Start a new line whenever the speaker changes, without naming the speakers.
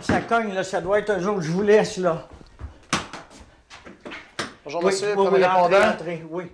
ça cogne, là, ça doit être un jour. Je vous laisse, là.
Bonjour, monsieur,
oui,
premier
entrez,
répondant.
entrez, oui.